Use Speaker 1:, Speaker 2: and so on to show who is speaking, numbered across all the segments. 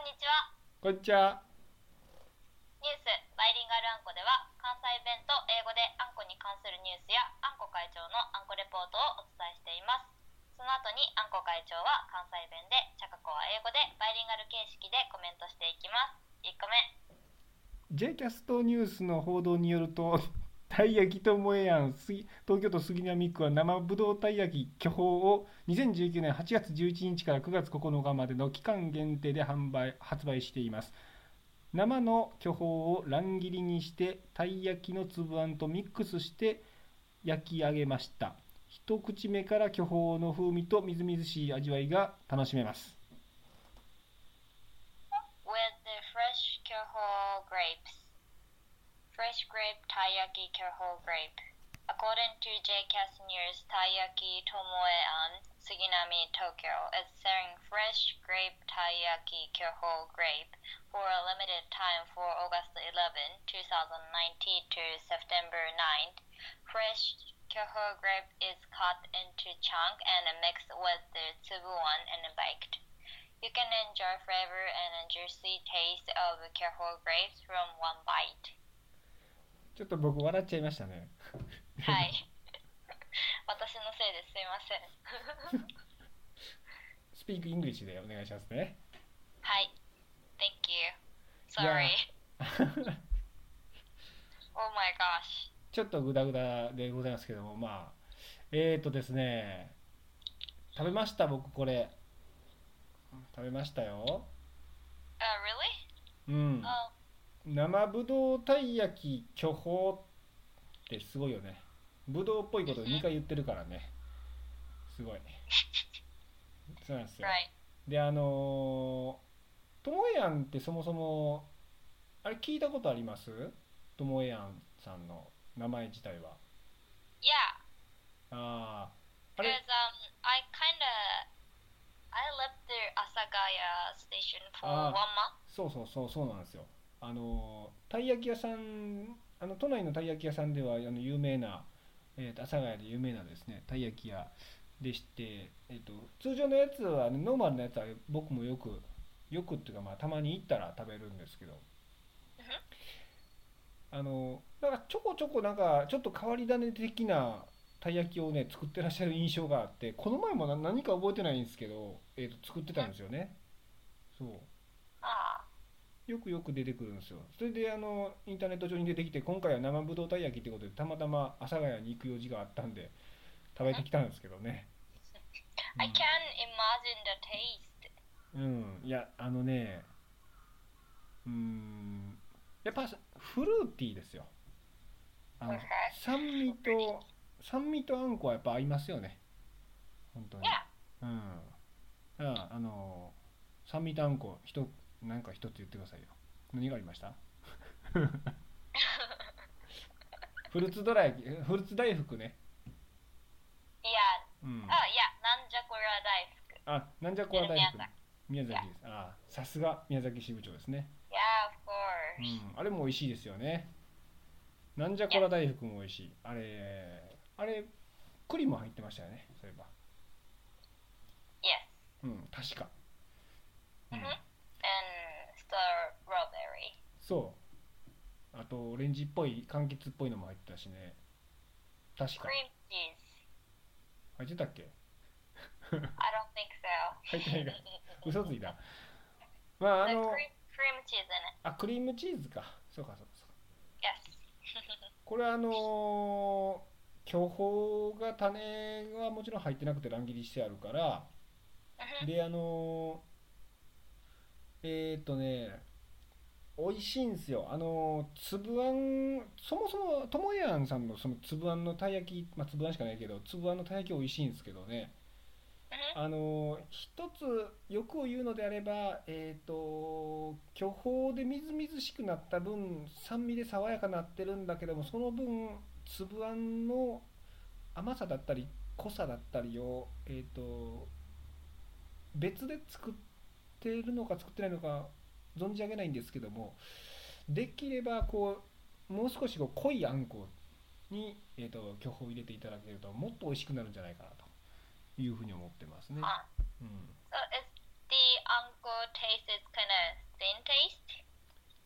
Speaker 1: んにちは
Speaker 2: こんにちは。
Speaker 1: ニュースバイリンガルあんこでは関西弁と英語であんこに関するニュースやあんこ会長のあんこレポートをお伝えしていますその後にあんこ会長は関西弁でチャカ子は英語でバイリンガル形式でコメントしていきます1個目
Speaker 2: J キャストニュースの報道によると、 たい焼きともえやん、杉東京都杉並区は生ぶどうたい焼き巨峰を2019年8月11日から9月9日までの期間限定で販売発売しています。生の巨峰を乱切りにして、たい焼きの粒あんとミックスして焼き上げました。一口目から巨峰の風味とみずみずしい味わいが楽しめます。
Speaker 1: with the fresh Kyoho grapes. Fresh grape Taiyaki Kyoho grape. According to JCast News, Taiyaki Tomoe-an, Suginami, Tokyo, is selling fresh grape Taiyaki Kyoho grape for a limited time for August 11, 2019 to September 9th. Fresh Kyoho grape is cut into chunks and mixed with the tsubuan and baked. You can enjoy flavor and juicy taste of careful grapes from one bite.
Speaker 2: ちょっと僕笑っちゃいましたね。
Speaker 1: はい。 私のせいですいません。
Speaker 2: スピークイングリッシュでお願いしますね。
Speaker 1: はい。Thank you. Sorry. Oh my gosh.
Speaker 2: ちょっとグダグダでございますけども、まあ、えーとですね、食べました、僕、これ。食べましたよ。
Speaker 1: Uh, really?
Speaker 2: うん。
Speaker 1: Oh,
Speaker 2: 生ぶどうたい焼き巨峰ってすごいよね。ぶどうっぽいことを2回言ってるからね。すごい。そうなんですよ。
Speaker 1: right.
Speaker 2: で、あのー、ともえやんってそもそも、あれ聞いたことありますともえやんさんの名前自体は。
Speaker 1: Yeah.
Speaker 2: ああ、あれ
Speaker 1: Because um, I kinda I left the Asagaya station for one
Speaker 2: Ah.
Speaker 1: month.
Speaker 2: そうそうそうそうなんですよあのたい焼き屋さんあの都内のたい焼き屋さんではあの有名な、えーと阿佐ヶ谷で有名なですねたい焼き屋でして、えー、と通常のやつはあのノーマルのやつは僕もよくよくっていうかまあたまに行ったら食べるんですけど
Speaker 1: うん
Speaker 2: あのなんかちょこちょこなんかちょっと変わり種的なたい焼きをね作ってらっしゃる印象があってこの前もな何か覚えてないんですけど、えー、と作ってたんですよねそう
Speaker 1: Ah.
Speaker 2: よくよく出てくるんですよそれであのインターネット上に出てきて今回は生ぶどうたい焼きってことでたまたま阿佐ヶ谷に行く用事があったんで食べてきたんですけどね
Speaker 1: I
Speaker 2: Mm.
Speaker 1: can imagine the taste.
Speaker 2: うん、うんいやあのねうーんやっぱフルーティーですよあの
Speaker 1: Okay.
Speaker 2: 酸味と酸味とあんこはやっぱ合いますよね本当に
Speaker 1: Yeah.
Speaker 2: うんだからあの酸味とあんこひとなんか一つ言ってくださいよ何がありました フルーツどら焼きフルーツ大福ね、
Speaker 1: Yeah.
Speaker 2: うん、
Speaker 1: Oh yeah. Nanjakura dive.
Speaker 2: あなんじゃこは大福宮
Speaker 1: 崎
Speaker 2: 崎ですあさすが宮崎支部長ですね、
Speaker 1: Yeah, of
Speaker 2: う
Speaker 1: course.
Speaker 2: ん、あれも美味しいですよねなんじゃこら大福も美味しいあれあれ栗も入ってましたよねそういえば
Speaker 1: Yes.
Speaker 2: うん確か、うん
Speaker 1: Mhm. And strawberry.
Speaker 2: そうあとオレンジっぽい柑橘っぽいのも入ってたしね確か
Speaker 1: Cream cheese.
Speaker 2: 入ってたっけ
Speaker 1: I don't think so.
Speaker 2: 入ってないか 嘘ついたまああ
Speaker 1: There's
Speaker 2: の
Speaker 1: cream, cream cheese in it.
Speaker 2: あクリームチーズかそうかそうかそうか
Speaker 1: Yes.
Speaker 2: これあのー巨峰が種はもちろん入ってなくて乱切りしてあるから
Speaker 1: Mhm.
Speaker 2: であのーえーっとね美味しいんですよあのー粒あんそもそもともやんさんのその粒あんのたい焼きまあ粒あんしかないけど粒あんのたい焼き美味しいんですけどね
Speaker 1: Mhm.
Speaker 2: あの一つ欲を言うのであれば、えー、と巨峰でみずみずしくなった分酸味で爽やかなってるんだけどもその分粒あんの甘さだったり濃さだったりを、えー、と別で作ってるのか作ってないのか存じ上げないんですけどもできればこうもう少しこう濃いあんこに、えー、と巨峰を入れていただけるともっと美味しくなるんじゃないかなと。いうふうに思ってますね。
Speaker 1: Ah.
Speaker 2: うん、
Speaker 1: So it's the uncle taste is kind of thin taste?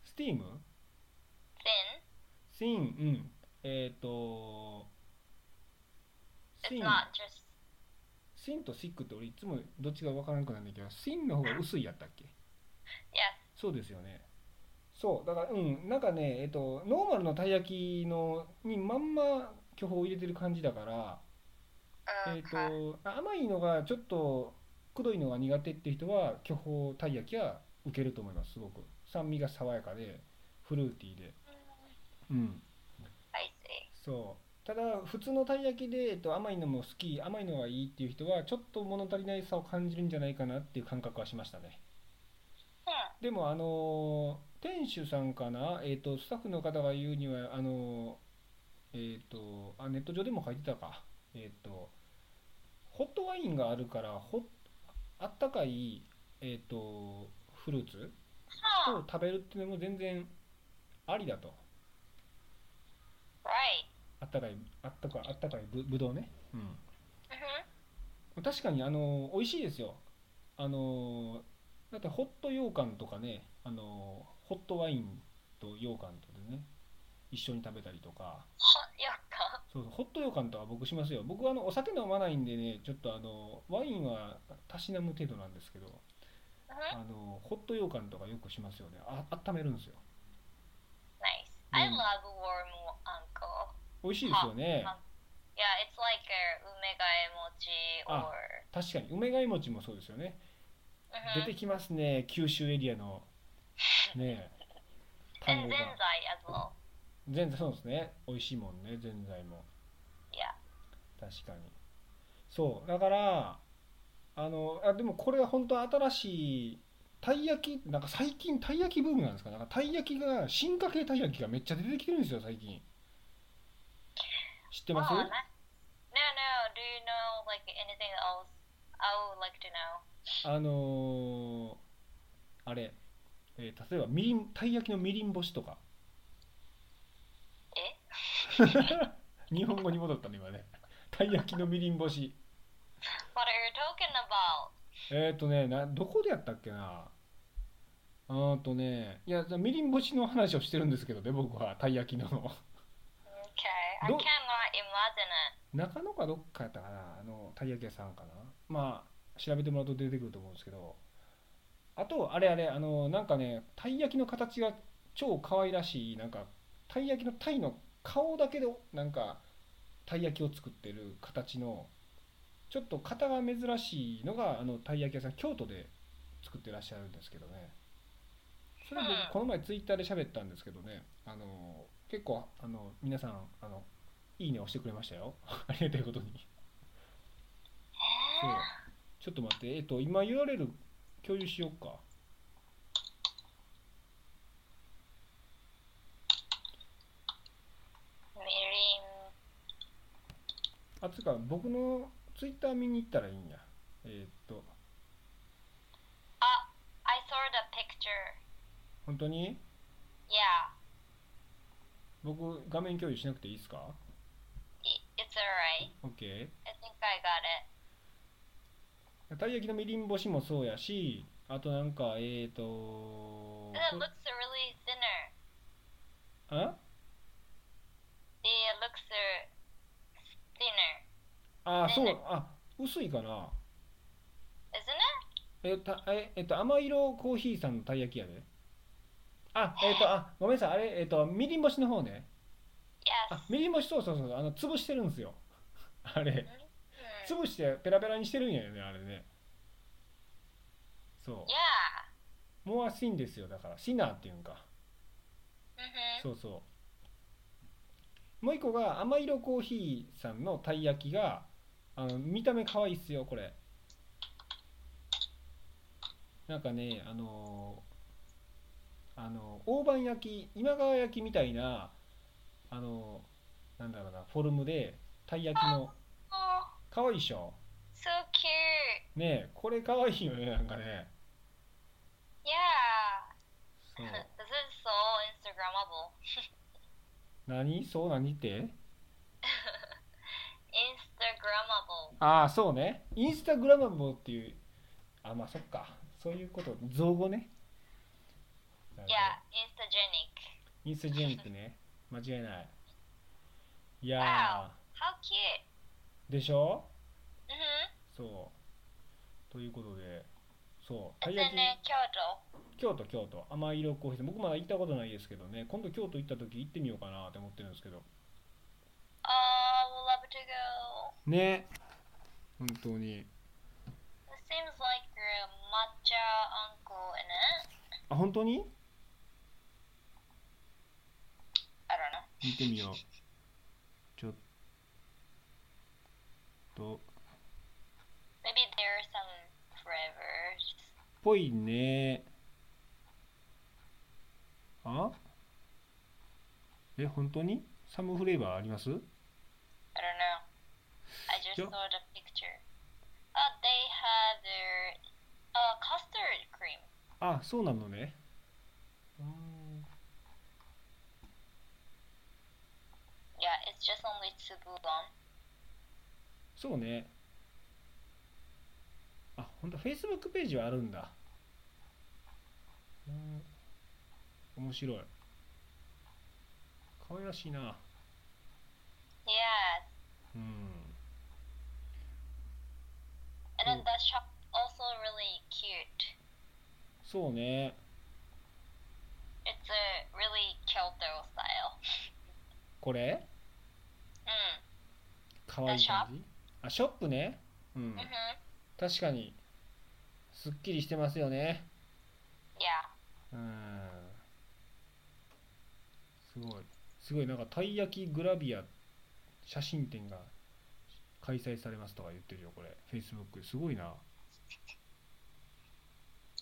Speaker 2: スティーム
Speaker 1: Thin?
Speaker 2: スイン、うん。えっ、と、ス
Speaker 1: It's
Speaker 2: イン、
Speaker 1: not just
Speaker 2: スインとシックって俺いつもどっちが分からなくなるんだけど、スインの方が薄いやったっけ
Speaker 1: yes.
Speaker 2: そうですよね。そう、だから、うん、なんかね、えっ、と、ノーマルのたい焼きのにまんま巨峰を入れてる感じだから、えっ、
Speaker 1: Okay.
Speaker 2: と、甘いのがちょっとくどいのが苦手っていう人は、巨峰たい焼きは受けると思います、すごく。酸味が爽やかで、フルーティーで。うん。
Speaker 1: I see.
Speaker 2: そうただ普通のたい焼きで、えっと、甘いのも好き甘いのがいいっていう人はちょっと物足りないさを感じるんじゃないかなっていう感覚はしましたね
Speaker 1: Hmm.
Speaker 2: でもあのー店主さんかな、えっと、スタッフの方が言うにはあのーえっとあネット上でも書いてたかえっとホットワインがあるからほあったかい、えっと、フルーツ
Speaker 1: Huh.
Speaker 2: を食べるっていうのも全然ありだと
Speaker 1: Right.
Speaker 2: あったかいあったかあったかいぶぶどうねうん
Speaker 1: Mm-hmm.
Speaker 2: 確かにあの美味しいですよあのだってホット羊羹とかねあのホットワインと羊羹とでね一緒に食べたりとか
Speaker 1: Hot yoga.
Speaker 2: そうそうホット羊羹とは僕しますよ僕はあのお酒飲まないんでねちょっとあのワインはたしなむ程度なんですけど
Speaker 1: Mm-hmm.
Speaker 2: あのホット羊羹とかよくしますよねあ温めるんですよ
Speaker 1: Nice. I
Speaker 2: Mm.
Speaker 1: love warm uncle.
Speaker 2: 美味しいですよね
Speaker 1: Yeah, it's like a umegae mochi
Speaker 2: Ah.
Speaker 1: or
Speaker 2: 確かに梅貝餅もそうですよね出
Speaker 1: Mhm.
Speaker 2: てきますね九州エリアのね単
Speaker 1: and
Speaker 2: 語が
Speaker 1: zenzai as well.
Speaker 2: 全然そうですね美味しいもんねぜんざいも
Speaker 1: Yeah.
Speaker 2: 確かにそうだからあのあでもこれは本当新しいたい焼きなんか最近たい焼きブームなんですかなんかたい焼きが進化系たい焼きがめっちゃ出てきてるんですよ最近知ってます
Speaker 1: Oh, nice. No, no. Do you know like anything else? I would like to know.
Speaker 2: あのーあれ、えー例えばみりんたい焼きのみりん干しとか
Speaker 1: え
Speaker 2: 日本語に戻ったね今ねたい焼きのみりん干し
Speaker 1: What are you talking about?
Speaker 2: えっ、ー、とねな、どこでやったっけな。あーとね、いや、じゃあみりん干しの話をしてるんですけどね、僕は、たい焼きの。
Speaker 1: Okay, I
Speaker 2: Don't-
Speaker 1: cannot imagine it.
Speaker 2: 中野かどっかやったかな、あの、たい焼き屋さんかな。まあ、調べてもらうと出てくると思うんですけど、あと、あれあれ、あの、なんかね、たい焼きの形が超可愛らしい、なんか、たい焼きのたいの顔だけで、なんか、たい焼きを作ってる形の、ちょっと型が珍しいのが、あの、たい焼き屋さん、京都で作ってらっしゃるんですけどね。それは
Speaker 1: うん
Speaker 2: 僕、この前ツイッターで喋ったんですけどね、あの、結構、あの、皆さん、あの、いいねを押してくれましたよ。 ありがたいことに。そう
Speaker 1: Eh?
Speaker 2: ちょっと待って、えっと、今 URL 共有しようか。
Speaker 1: Mirin.
Speaker 2: あ、つうか、僕のツイッター見に行ったらいいんや。えーっと、
Speaker 1: Ah, I saw the picture.
Speaker 2: 本当に
Speaker 1: Yeah,
Speaker 2: 僕、画面共有しなくていいですか
Speaker 1: i- it's alright.
Speaker 2: ?OK。
Speaker 1: I think I got it.
Speaker 2: たい焼きのみりん干しもそうやし、あとなんか、えーっと、
Speaker 1: It looks really thinner.
Speaker 2: あ
Speaker 1: It looks uh, thinner,
Speaker 2: あ、そう
Speaker 1: ね、
Speaker 2: あ、薄いかな。
Speaker 1: isn't it?
Speaker 2: えっと、ええっと、甘色コーヒーさんのたい焼きやで。あ、えっと、あ、ごめんなさい、あれ、えっと、みりん干しの方ね。
Speaker 1: Yes.
Speaker 2: あ、みりん干し、そうそうそう、あの、潰してるんですよ。あれ。
Speaker 1: Hmm.
Speaker 2: 潰してペラペラにしてるんやよねあれねそ
Speaker 1: Yeah.
Speaker 2: うモアシンですよだからシナーっていうんか
Speaker 1: Mhm.
Speaker 2: そうそうもう一個が甘色コーヒーさんのたい焼きがあの見た目可愛いっすよこれなんかねあのあの大判焼き今川焼きみたいなあのなんだろうなフォルムでたい焼きの
Speaker 1: Oh,
Speaker 2: 可愛いっしょ
Speaker 1: so cute.
Speaker 2: ねえこれ可愛いよねなんかね
Speaker 1: Yeah.
Speaker 2: そ う
Speaker 1: this is so Instagrammable.
Speaker 2: 何そう何って？
Speaker 1: Instagrammable.
Speaker 2: ああそうねインスタグラマブルっていうあまあそっかそういうこと造語ねはい。
Speaker 1: Yeah, instagenic.
Speaker 2: インスタジェニックね。 間違いない。いや
Speaker 1: How cute.
Speaker 2: ー、でしょ
Speaker 1: Mm-hmm.
Speaker 2: そう。ということで、そう、たい
Speaker 1: It's
Speaker 2: 焼
Speaker 1: in uh, Kyoto.
Speaker 2: き、
Speaker 1: 京
Speaker 2: 京都、京都、甘い色コーヒー僕まだ行ったことないですけどね、今度京都行った時行ってみようかなって思ってるんですけど。
Speaker 1: Oh, would love to go.
Speaker 2: ね。本当に。
Speaker 1: It seems like your matcha uncle in it.
Speaker 2: あ、本当に
Speaker 1: I don't know.
Speaker 2: 見てみよう。ちょっと、
Speaker 1: Maybe there are some rivers.
Speaker 2: ぽいね。あえ、本当にサムフレーバーあります
Speaker 1: I don't know. I just
Speaker 2: Yeah.
Speaker 1: saw the picture. Oh, they have their uh, custard cream.
Speaker 2: あ、そうなのね。
Speaker 1: Yeah, it's just only Tsubulon.
Speaker 2: そうね。あ、本当 Facebook ページはあるんだ。うん面白い。可愛らしいな。
Speaker 1: Yes.
Speaker 2: うん。
Speaker 1: And then
Speaker 2: Mm.
Speaker 1: the shop also really cute.
Speaker 2: そうね。
Speaker 1: It's a really Kyoto style.
Speaker 2: これ
Speaker 1: Mm.
Speaker 2: 可愛い感じ。あ、ショップね。うん。
Speaker 1: Mm-hmm.
Speaker 2: 確かに。すっきりしてますよね。
Speaker 1: Yeah.
Speaker 2: うん。すごい。すごい、なんか、たい焼きグラビア写真展が開催されますとか言ってるよ、これ。Facebook。すごいな。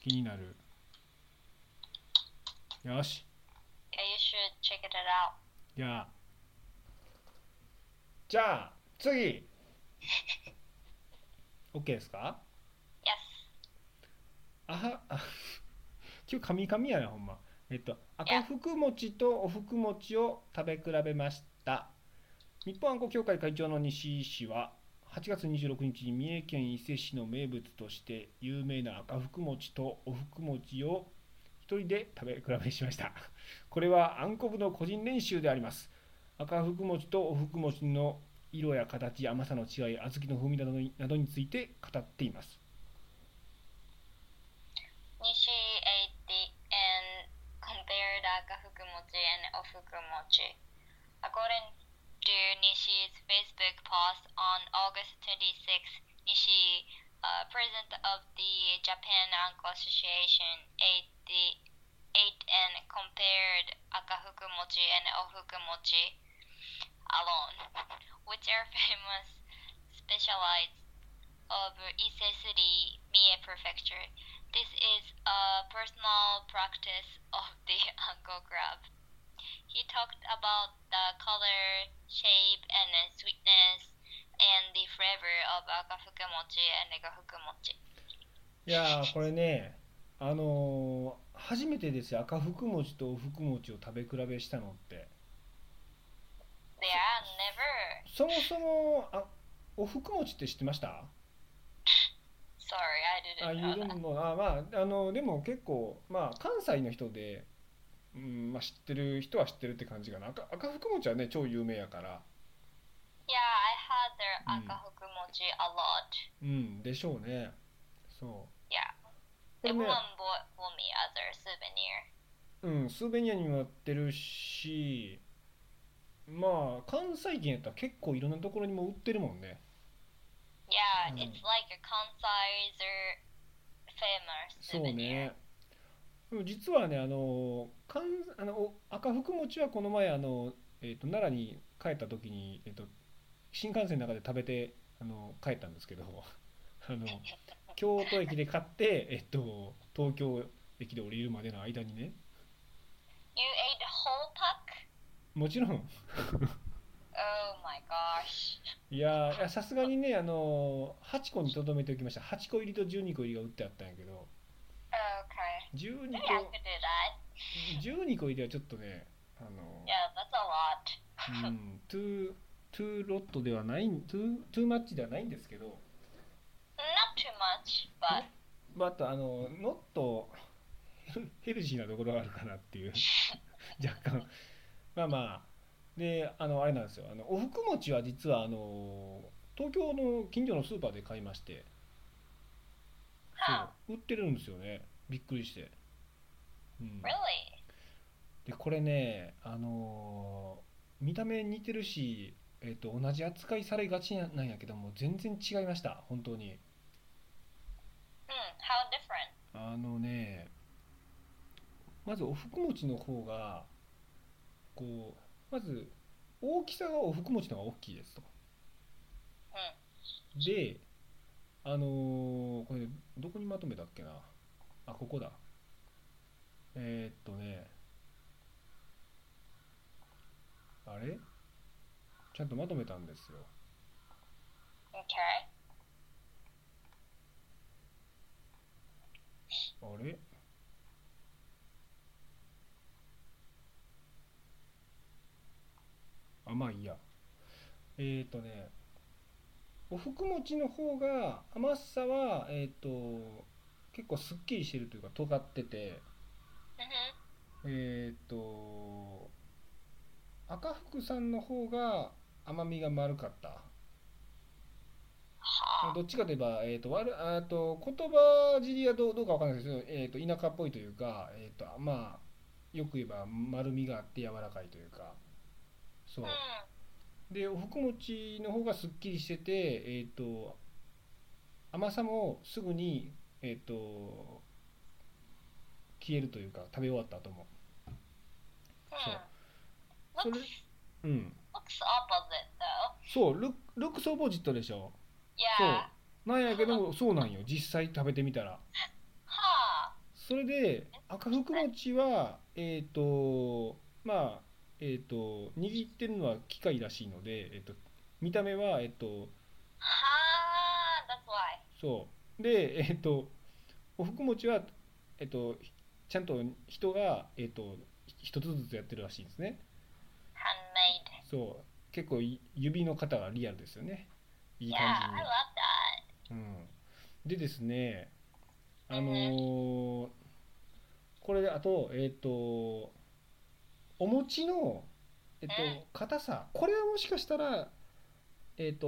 Speaker 2: 気になる。よし。
Speaker 1: Yeah, you should check it out.
Speaker 2: じゃあ。じゃあ、 次 !OK ですか
Speaker 1: Yes.
Speaker 2: あは、あ、今日カミカミやな、ほんま。えっと、赤福餅とお福餅を食べ比べました。日本あんこ協会会長の西井氏は、8月26日に三重県伊勢市の名物として有名な赤福餅とお福餅を一人で食べ比べしました。これはあんこ部の個人練習であります。赤福餅とお福餅の色や形、甘さの違い、小豆の風味などになどについて語っています。
Speaker 1: Nishi ate the and compared akafukumochi and ofukumochi. According to Nishi's Facebook post on August 26, Nishi, uh, president of the Japan Anko Association, ate the ate and compared akafukumochi and ofukumochi alone, which are famous specialized of Ise City, Mie Prefecture. This is a personal practice of the Uncle Crab. He talked about the color, shape, and the sweetness, and the flavor of akafuku mochi and negafuku mochi.
Speaker 2: いやーこれねあのー初めてですよ赤福餅とお福餅を食べ比べしたのって
Speaker 1: They are never.
Speaker 2: そもそもあお福餅って知ってました
Speaker 1: Sorry, I
Speaker 2: あ
Speaker 1: didn't
Speaker 2: い
Speaker 1: know
Speaker 2: う
Speaker 1: that.
Speaker 2: のあまああのでも結構まあ関西の人で、うんまあ、知ってる人は知ってるって感じかな赤赤福餅はね超有名やから
Speaker 1: Yeah, I had their
Speaker 2: Mm.
Speaker 1: akafuku mochi a lot.
Speaker 2: うんでしょうねそ
Speaker 1: Yeah.
Speaker 2: うこれ
Speaker 1: Everyone
Speaker 2: ね
Speaker 1: bought for me as a souvenir.
Speaker 2: うんスーベニアにもなってるしまあ関西圏やったら結構いろんなところにも売ってるもんね
Speaker 1: Yeah,
Speaker 2: Mm.
Speaker 1: it's like a Kansai's er, famous
Speaker 2: そう
Speaker 1: souvenir.
Speaker 2: ね。でも実はね、あの、かん、あの、お赤福餅はこの前、あの、えっと、奈良に帰った時に、えっと、新幹線の中で食べて、あの、帰ったんですけど、 あの、京都駅で買って、えっと、東京駅で降りるまでの間にね、
Speaker 1: You ate a whole pack?
Speaker 2: もちろん、
Speaker 1: Oh my gosh.
Speaker 2: いやー、いやさすがにね、あの、8個にとどめておきました。8個入りと12個入りが売ってあったんやけど、
Speaker 1: Okay. Maybe
Speaker 2: 12
Speaker 1: I
Speaker 2: 個、
Speaker 1: could do that.
Speaker 2: 12個入りはちょっとね、あの、
Speaker 1: Yeah, that's a lot.
Speaker 2: うん、トゥートゥーロットではないトゥートゥーマッチではないんですけど
Speaker 1: Not too much, but
Speaker 2: まああとあのノットヘルヘルシーなところがあるかなっていう 若干まあまあであのあれなんですよあのおふくもちは実はあの東京の近所のスーパーで買いまして
Speaker 1: Huh.
Speaker 2: そう売ってるんですよねびっくりして、うん、
Speaker 1: Really?
Speaker 2: でこれねあのー見た目似てるし、えっと同じ扱いされがちなんやけども全然違いました本当に
Speaker 1: Hmm. How different?
Speaker 2: あのねまずおふくもちの方がこうまず大きさがおふくもちの方が大きいですとであのーこれどこにまとめたっけなあここだえーっとねあれちゃんとまとめたんですよ
Speaker 1: Okay.
Speaker 2: あれあ、まあいいや。えっとね、おふくもちの方が甘さは、えっと、結構すっきりしてるというか、尖ってて、
Speaker 1: Mhm.
Speaker 2: えっと、赤福さんの方が甘みが丸かった。
Speaker 1: Ha.
Speaker 2: どっちかといえば、えー、と悪あーと言葉尻はどうどうかわからないですけど、えー、と田舎っぽいというか、えーとまあ、よく言えば丸みがあって柔らかいというかそう
Speaker 1: Hmm.
Speaker 2: でおふくもちの方がすっきりしてて、えー、と甘さもすぐに、えー、と消えるというか食べ終わった後も
Speaker 1: Hmm.
Speaker 2: それ
Speaker 1: Looks
Speaker 2: う
Speaker 1: looks
Speaker 2: ん、
Speaker 1: opposite though.
Speaker 2: そうルックルックスオポジットでしょ
Speaker 1: Yeah.
Speaker 2: なんやけどもそうなんよ実際食べてみたら。
Speaker 1: Ha.
Speaker 2: それで赤福餅はえっ、とまあえっ、と握ってるのは機械らしいので、えー、と見た目はえっ、と
Speaker 1: Ha. That's why.
Speaker 2: そうでえっ、とお福餅はえっ、とちゃんと人がえっ、と一つずつやってるらしいんですね
Speaker 1: Handmade.
Speaker 2: そう結構い指の型がリアルですよねいい
Speaker 1: Yeah.
Speaker 2: 感
Speaker 1: I love that.
Speaker 2: じに、うん、でですねあのーこれであとえっ、とお餅のえっ、と
Speaker 1: うん
Speaker 2: 硬さこれはもしかしたらえっ、と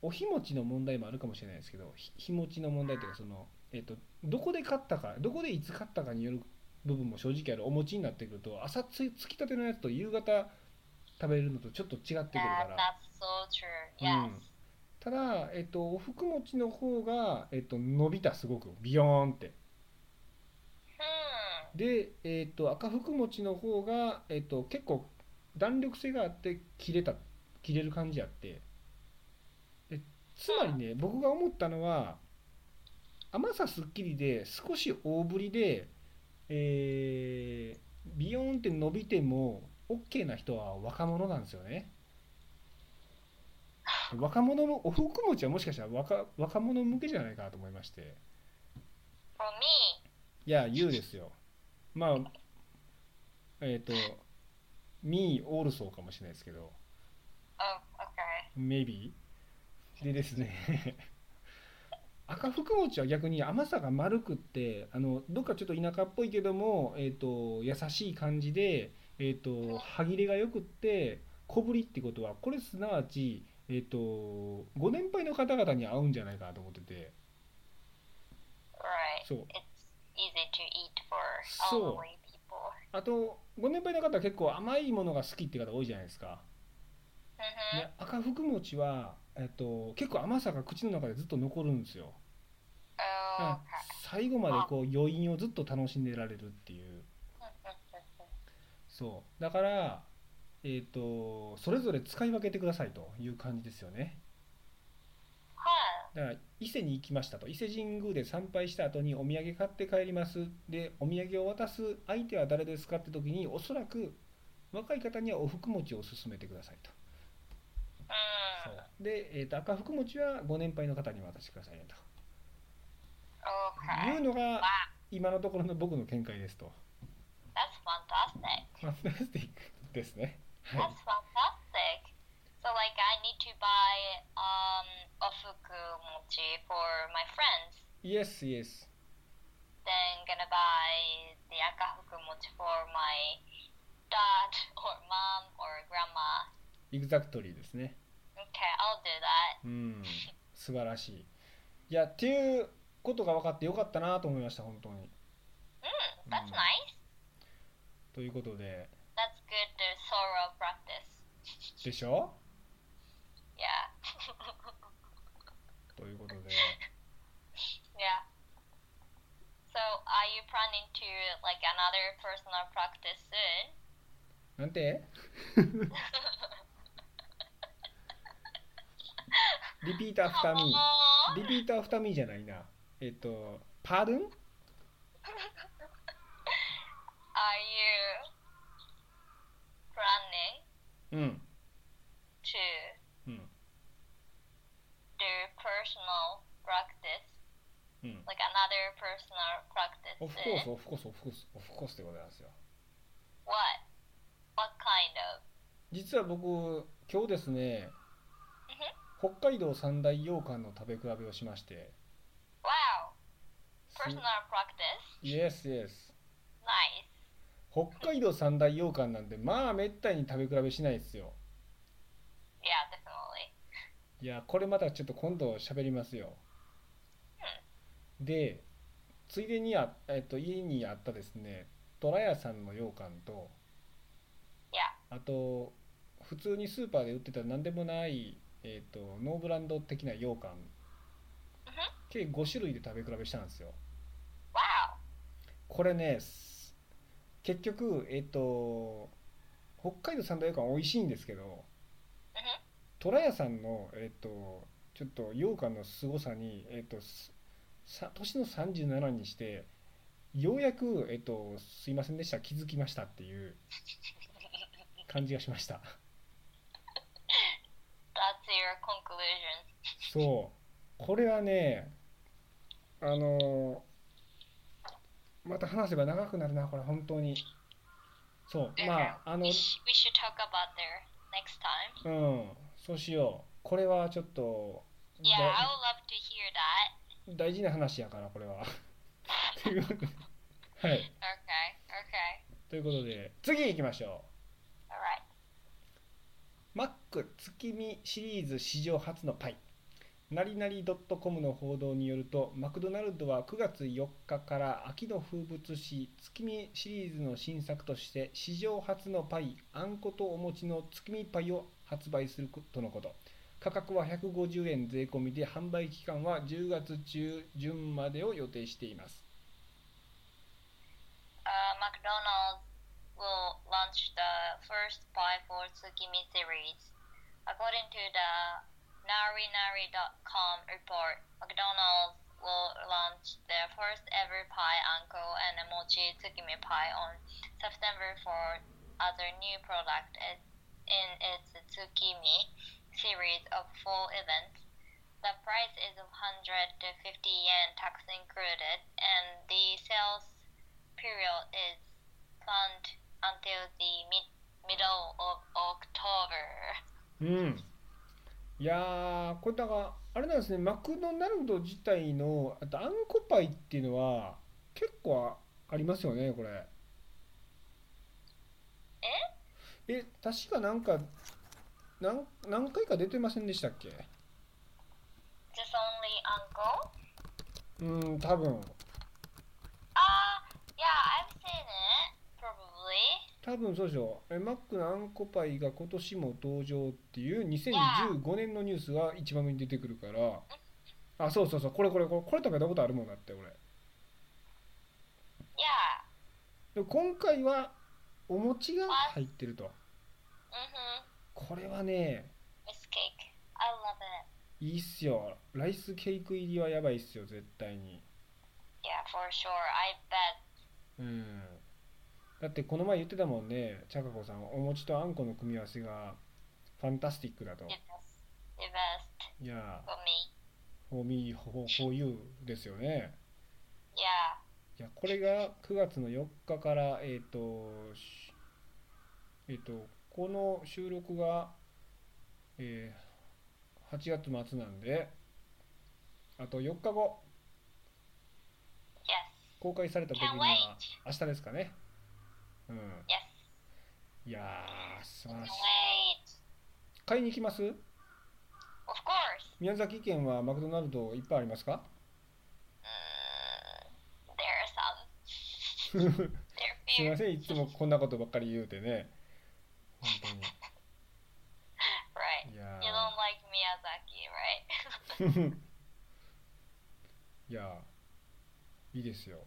Speaker 2: お日持ちの問題もあるかもしれないですけどひ日持ちの問題というかそのえっ、とどこで買ったかどこでいつ買ったかによる部分も正直あるお餅になってくると朝つつきたてのやつと夕方食べるのとちょっと違ってくるか
Speaker 1: Yeah.
Speaker 2: ら。
Speaker 1: That's so true. Yes.
Speaker 2: ただ、えっと、おふくもちの方が、えっと、伸びたすごくビヨーンって
Speaker 1: Hmm.
Speaker 2: で、えっと、赤福餅の方が、えっと、結構弾力性があって切れた切れる感じあってでつまりね僕が思ったのは甘さすっきりで少し大ぶりで、えービヨーンって伸びても OK な人は若者なんですよね若者のおふく餅はもしかしたら若若者向けじゃないかなと思いまして。
Speaker 1: For me,
Speaker 2: いや、you ですよ。まあ、えっ、と、me also かもしれないですけど、
Speaker 1: oh, okay.
Speaker 2: maybe。でですね、 赤福餅は逆に甘さが丸くって、あの、どっかちょっと田舎っぽいけども、えっ、と、優しい感じで、えっ、と、歯切れがよくって、小ぶりってことは、これすなわち、えっ、と、ご年配の方々に合うんじゃないかなと思ってて、
Speaker 1: Right.
Speaker 2: そう。
Speaker 1: It's easy to eat for
Speaker 2: So-
Speaker 1: elderly people.
Speaker 2: あと、ご年配の方は結構甘いものが好きって方多いじゃないですか。
Speaker 1: Mhm.
Speaker 2: ね、赤福餅は、えっと、結構甘さが口の中でずっと残るんですよ、だから
Speaker 1: Okay.
Speaker 2: 最後までこう余韻をずっと楽しんでられるっていう
Speaker 1: Mhm.
Speaker 2: そうだから、えっとそれぞれ使い分けてくださいという感じですよね
Speaker 1: Huh.
Speaker 2: だから伊勢に行きましたと伊勢神宮で参拝した後にお土産買って帰りますでお土産を渡す相手は誰ですかって時におそらく若い方にはお福餅を勧めてくださいと
Speaker 1: Hmm.
Speaker 2: そうで、えっと赤福餅はご年配の方に渡してくださいねと
Speaker 1: Okay.
Speaker 2: いうのが今のところの僕の見解ですと。
Speaker 1: That's fantastic.
Speaker 2: ファンタスティックですね。はい
Speaker 1: That's fantastic. So like I need to buy um ofuku mochi for my friends.
Speaker 2: Yes, yes.
Speaker 1: then gonna buy the akahukumotsu for my dad or mom or grandma.
Speaker 2: エグザクトリーですね
Speaker 1: Okay, I'll do that.
Speaker 2: うん素晴らしいいやっていうことが分かってよかったなと思いました本当に
Speaker 1: Mm, that's
Speaker 2: Mm.
Speaker 1: nice.
Speaker 2: ということで
Speaker 1: That's good to sorrow practice.
Speaker 2: でしょ
Speaker 1: Yeah.
Speaker 2: ということ で
Speaker 1: yeah. So, are you planning to like another personal practice soon?
Speaker 2: なん てリピーターフタミ
Speaker 1: Oh.
Speaker 2: ーリピーターフタミーじゃないなえっとパードン
Speaker 1: Are you planning
Speaker 2: うん、
Speaker 1: to
Speaker 2: うん、
Speaker 1: do personal practice,
Speaker 2: うん。
Speaker 1: like another personal practice?
Speaker 2: オフコース、
Speaker 1: soon?
Speaker 2: オフコース、オフコース、オフコースでございますよ。
Speaker 1: What? What kind of?
Speaker 2: 実は僕、今日ですね、北海道三大羊羹の食べ比べをしまして、
Speaker 1: Wow, personal practice.
Speaker 2: イエスイエス。
Speaker 1: Nice.
Speaker 2: 北海道三大羊羹なんて、まあ、めったに食べ比べしないですよ。
Speaker 1: Yeah, definitely.
Speaker 2: いや、これまたちょっと今度喋りますよ。で、ついでにあ、えっと、家にあったですね、虎屋さんの羊羹と、
Speaker 1: Yeah.
Speaker 2: あと普通にスーパーで売ってた何でもない、えー、とノーブランド的な羊羹計5種類で食べ比べしたんですよ
Speaker 1: Wow.
Speaker 2: これねす結局えっ、と北海道産の羊羹美味しいんですけど虎屋さんのえっ、とちょっと羊羹の凄さにえっ、とすさ年の37にしてようやく、えっと「すいませんでした気づきました」っていう感じがしました。
Speaker 1: That's your conclusion.
Speaker 2: そうこれはねあのーまた話せば長くなるなこれ本当にそうまああの
Speaker 1: we, sh- we should talk about there next time.
Speaker 2: うんそうしようこれはちょっと
Speaker 1: Yeah, I would love to hear that.
Speaker 2: 大大事な話やからこれは ということではい、
Speaker 1: Okay. Okay.
Speaker 2: ということで次行きましょ
Speaker 1: All right.
Speaker 2: うマック月見シリーズ史上初のパイなりなり .com の報道によるとマクドナルドは9月4日から秋の風物詩月見シリーズの新作として史上初のパイあんことお餅の月見パイを発売するとのこと価格は150円税込みで販売期間は10月中旬までを予定しています
Speaker 1: Uh, McDonald's will launch the first pie for Tsukimi series. According to the narinari.com report, McDonald's will launch their first ever pie uncle and a mochi Tsukimi pie on September 4 as their new product is- in its Tsukimi series of four events. The price is 150 yen tax included, and the sales period is planned until the mid middle of October.
Speaker 2: うんいやーこれだからあれなんですねマクドナルド自体のあとあんこパイっていうのは結構あありますよねこれええ確かなんかなん何回か出てませんでしたっけ
Speaker 1: Just only uncle?
Speaker 2: うん多分
Speaker 1: Ah, yeah, I've seen it probably.
Speaker 2: 多分そうでしょうえマックのあんこパイが今年も登場っていう2015年のニュースが一番目に出てくるからあそうそうそうこれこれこれこれ食べたことあるもんだって俺
Speaker 1: Yeah.
Speaker 2: でも今回はお餅が入ってると
Speaker 1: Mhm.
Speaker 2: これはね
Speaker 1: It's cake. I love it.
Speaker 2: いいっすよライスケーク入りはやばいっすよ絶対に
Speaker 1: Yeah, for sure. I bet.
Speaker 2: うんだってこの前言ってたもんねちゃかこさんお餅とあんこの組み合わせがファンタスティックだと
Speaker 1: The best. The best
Speaker 2: いや
Speaker 1: for me.
Speaker 2: ー for me for, for you ですよね
Speaker 1: Yeah.
Speaker 2: いやこれが9月の4日からえっ、としえっ、とこの収録が、えー8月末なんであと4日後
Speaker 1: Yes.
Speaker 2: 公開された時に
Speaker 1: Can't
Speaker 2: は
Speaker 1: wait.
Speaker 2: 明日ですかね。うん。
Speaker 1: Yes.
Speaker 2: いやー、素晴
Speaker 1: Can't
Speaker 2: らしい。
Speaker 1: wait.
Speaker 2: 買いに行きます
Speaker 1: Of course.
Speaker 2: 宮崎県はマクドナルドいっぱいありますか
Speaker 1: Mm, there are some.
Speaker 2: すみ
Speaker 1: There are
Speaker 2: ま
Speaker 1: few.
Speaker 2: せん、いつもこんなことばっかり言うてね。本
Speaker 1: Right.
Speaker 2: 当に。いや
Speaker 1: You don't like Miyazaki, right?
Speaker 2: ー。いやー、いいですよ。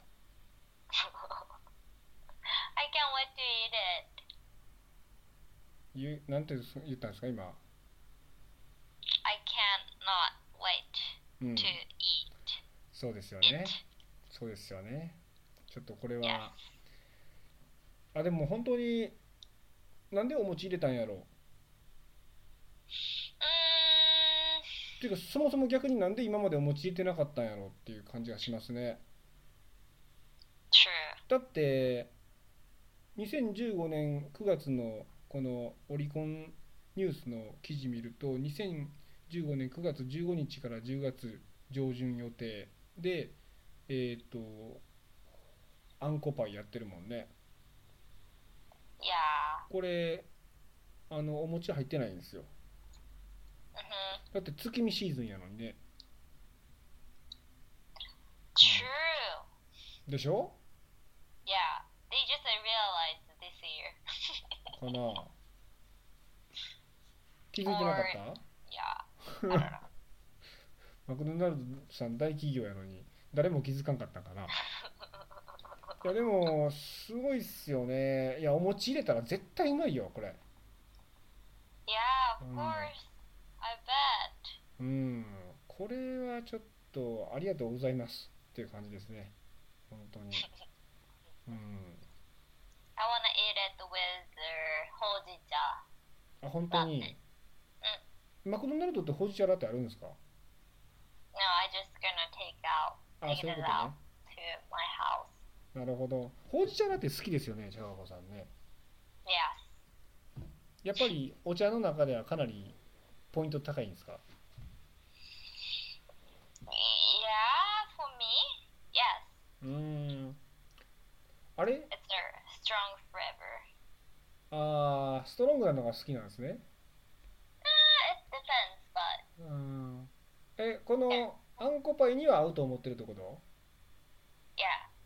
Speaker 1: I can't wait to eat it.
Speaker 2: ゆなんてす言ったんですか、今。
Speaker 1: I can't not wait
Speaker 2: うん、
Speaker 1: to eat
Speaker 2: そうですよ
Speaker 1: it.
Speaker 2: ね。そうですよね。ちょっとこれ
Speaker 1: Yes.
Speaker 2: は、あ、でも本当に、なんでお餅入れたんやろう。
Speaker 1: Mm,
Speaker 2: っていうか、そもそも逆になんで今までお餅入れてなかったんやろうっていう感じがしますね。
Speaker 1: true.
Speaker 2: だって2015年9月のこのオリコンニュースの記事見ると2015年9月15日から10月上旬予定でえっ、とあんこパイやってるもんね
Speaker 1: Yeah.
Speaker 2: これあのお餅入ってないんですよ
Speaker 1: Mm-hmm.
Speaker 2: だって月見シーズンやのにね
Speaker 1: True.
Speaker 2: でしょ
Speaker 1: Yeah. They just uh, realized this year.
Speaker 2: かな気づいてなかった
Speaker 1: Yeah. I don't know.
Speaker 2: マクドナルドさん大企業やのに誰も気づかんかったんかないやでもすごいっすよねいやお餅入れたら絶対うまいよこれ
Speaker 1: Yeah, of
Speaker 2: Mm.
Speaker 1: course. I bet.
Speaker 2: うんこれはちょっとありがとうございますっていう感じですね本当にうん
Speaker 1: I wanna eat it with uh, hojicha.
Speaker 2: あ本当にマクドナルドってほうじ茶ラテあるんですか
Speaker 1: No, I just gonna take out
Speaker 2: あそういうことね
Speaker 1: to my house.
Speaker 2: なるほどほうじ茶ラテ好きですよね茶川さんね
Speaker 1: Yes.
Speaker 2: やっぱりお茶の中ではかなりポイント高いんですか
Speaker 1: Yeah, for me, yes.
Speaker 2: うんあれ
Speaker 1: It's a strong flavor.
Speaker 2: ああ、ストロングなのが好きなんですね。
Speaker 1: Uh, it depends, but
Speaker 2: うん。え、このあんこパイには合うと思ってるってこと
Speaker 1: yeah,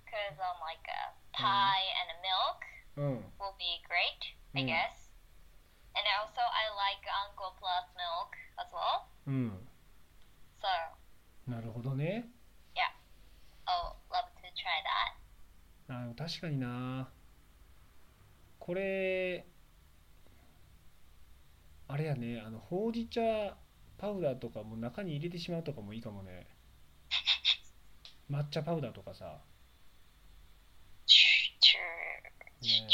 Speaker 1: cause um, like a
Speaker 2: Mm-hmm.
Speaker 1: pie and a milk
Speaker 2: うん。
Speaker 1: will be great, I
Speaker 2: Mm.
Speaker 1: guess. And also, I like Uncle Plus milk as well.
Speaker 2: うん。
Speaker 1: So,
Speaker 2: なるほどね。
Speaker 1: oh, love to try that.
Speaker 2: あー確かにな。これ、あれやね、あの、ほうじ茶パウダーとかも中に入れてしまうとかもいいかもね。抹茶パウダーとかさ。
Speaker 1: Tr- True,
Speaker 2: ね
Speaker 1: true.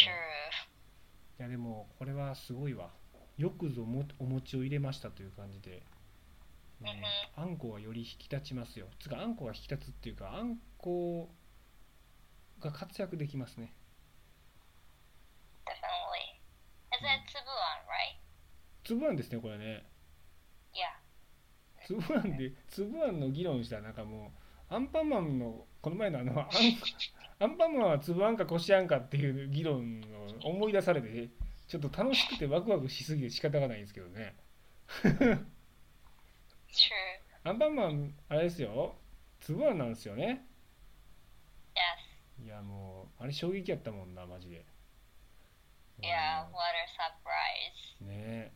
Speaker 2: いや、でも、これはすごいわ。よくぞもお餅を入れましたという感じで、ねあんこはより引き立ちますよ。つうか、あんこが引き立つっていうか、あんこが活躍できますね。
Speaker 1: Definitely. Is
Speaker 2: Mm.
Speaker 1: it Tsubuan, right?
Speaker 2: 粒あんですね、これね。
Speaker 1: Yeah.
Speaker 2: 粒あんで、粒あんの議論したら、なんかもう、アンパンマンの、この前のあの、アンアンパンマンは粒あんかこしあんかっていう議論を思い出されて、ちょっと楽しくてワクワクしすぎて仕方がないんですけどね。
Speaker 1: True.
Speaker 2: アンパンマン、あれですよ、粒あんなんですよね。
Speaker 1: Yes.
Speaker 2: いやもうあれ衝撃やったもんなマジで。
Speaker 1: Yeah, what a surprise.
Speaker 2: うんねえ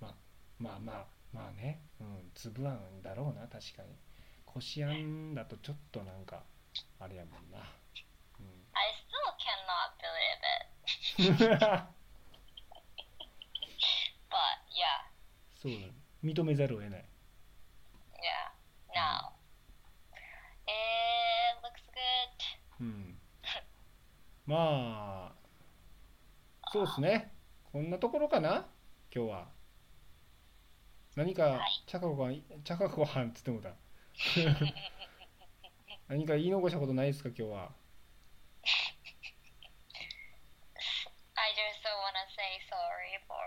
Speaker 2: ままあまあまあね、うん、粒あんだろうな確かに。こしあんだとちょっとなんかあれやもんな。
Speaker 1: I still cannot believe it.
Speaker 2: うん
Speaker 1: But yeah,
Speaker 2: そうだ、認めざるを得ない。
Speaker 1: yeah. Now, it looks good.
Speaker 2: うん、まあそうですねこんなところかな今日は。何か
Speaker 1: はい
Speaker 2: 茶かごはん茶かごはんっつってもだ。 何か言い残したことないですか今日は。
Speaker 1: I just want to say sorry for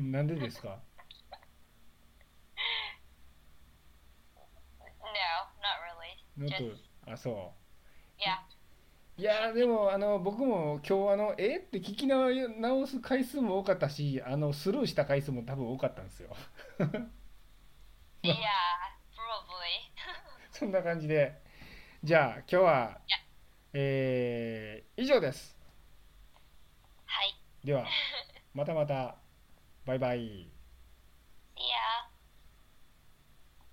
Speaker 1: everyone.
Speaker 2: なんでですか
Speaker 1: No, not really.
Speaker 2: ノー
Speaker 1: Just
Speaker 2: トあそいやーでもあの僕も今日あのえって聞き直す回数も多かったしあのスルーした回数も多分多かったんですよ
Speaker 1: Yeah, probably.
Speaker 2: そんな感じでじゃあ今日はえー以上です
Speaker 1: はい。
Speaker 2: ではまたまたバイバイ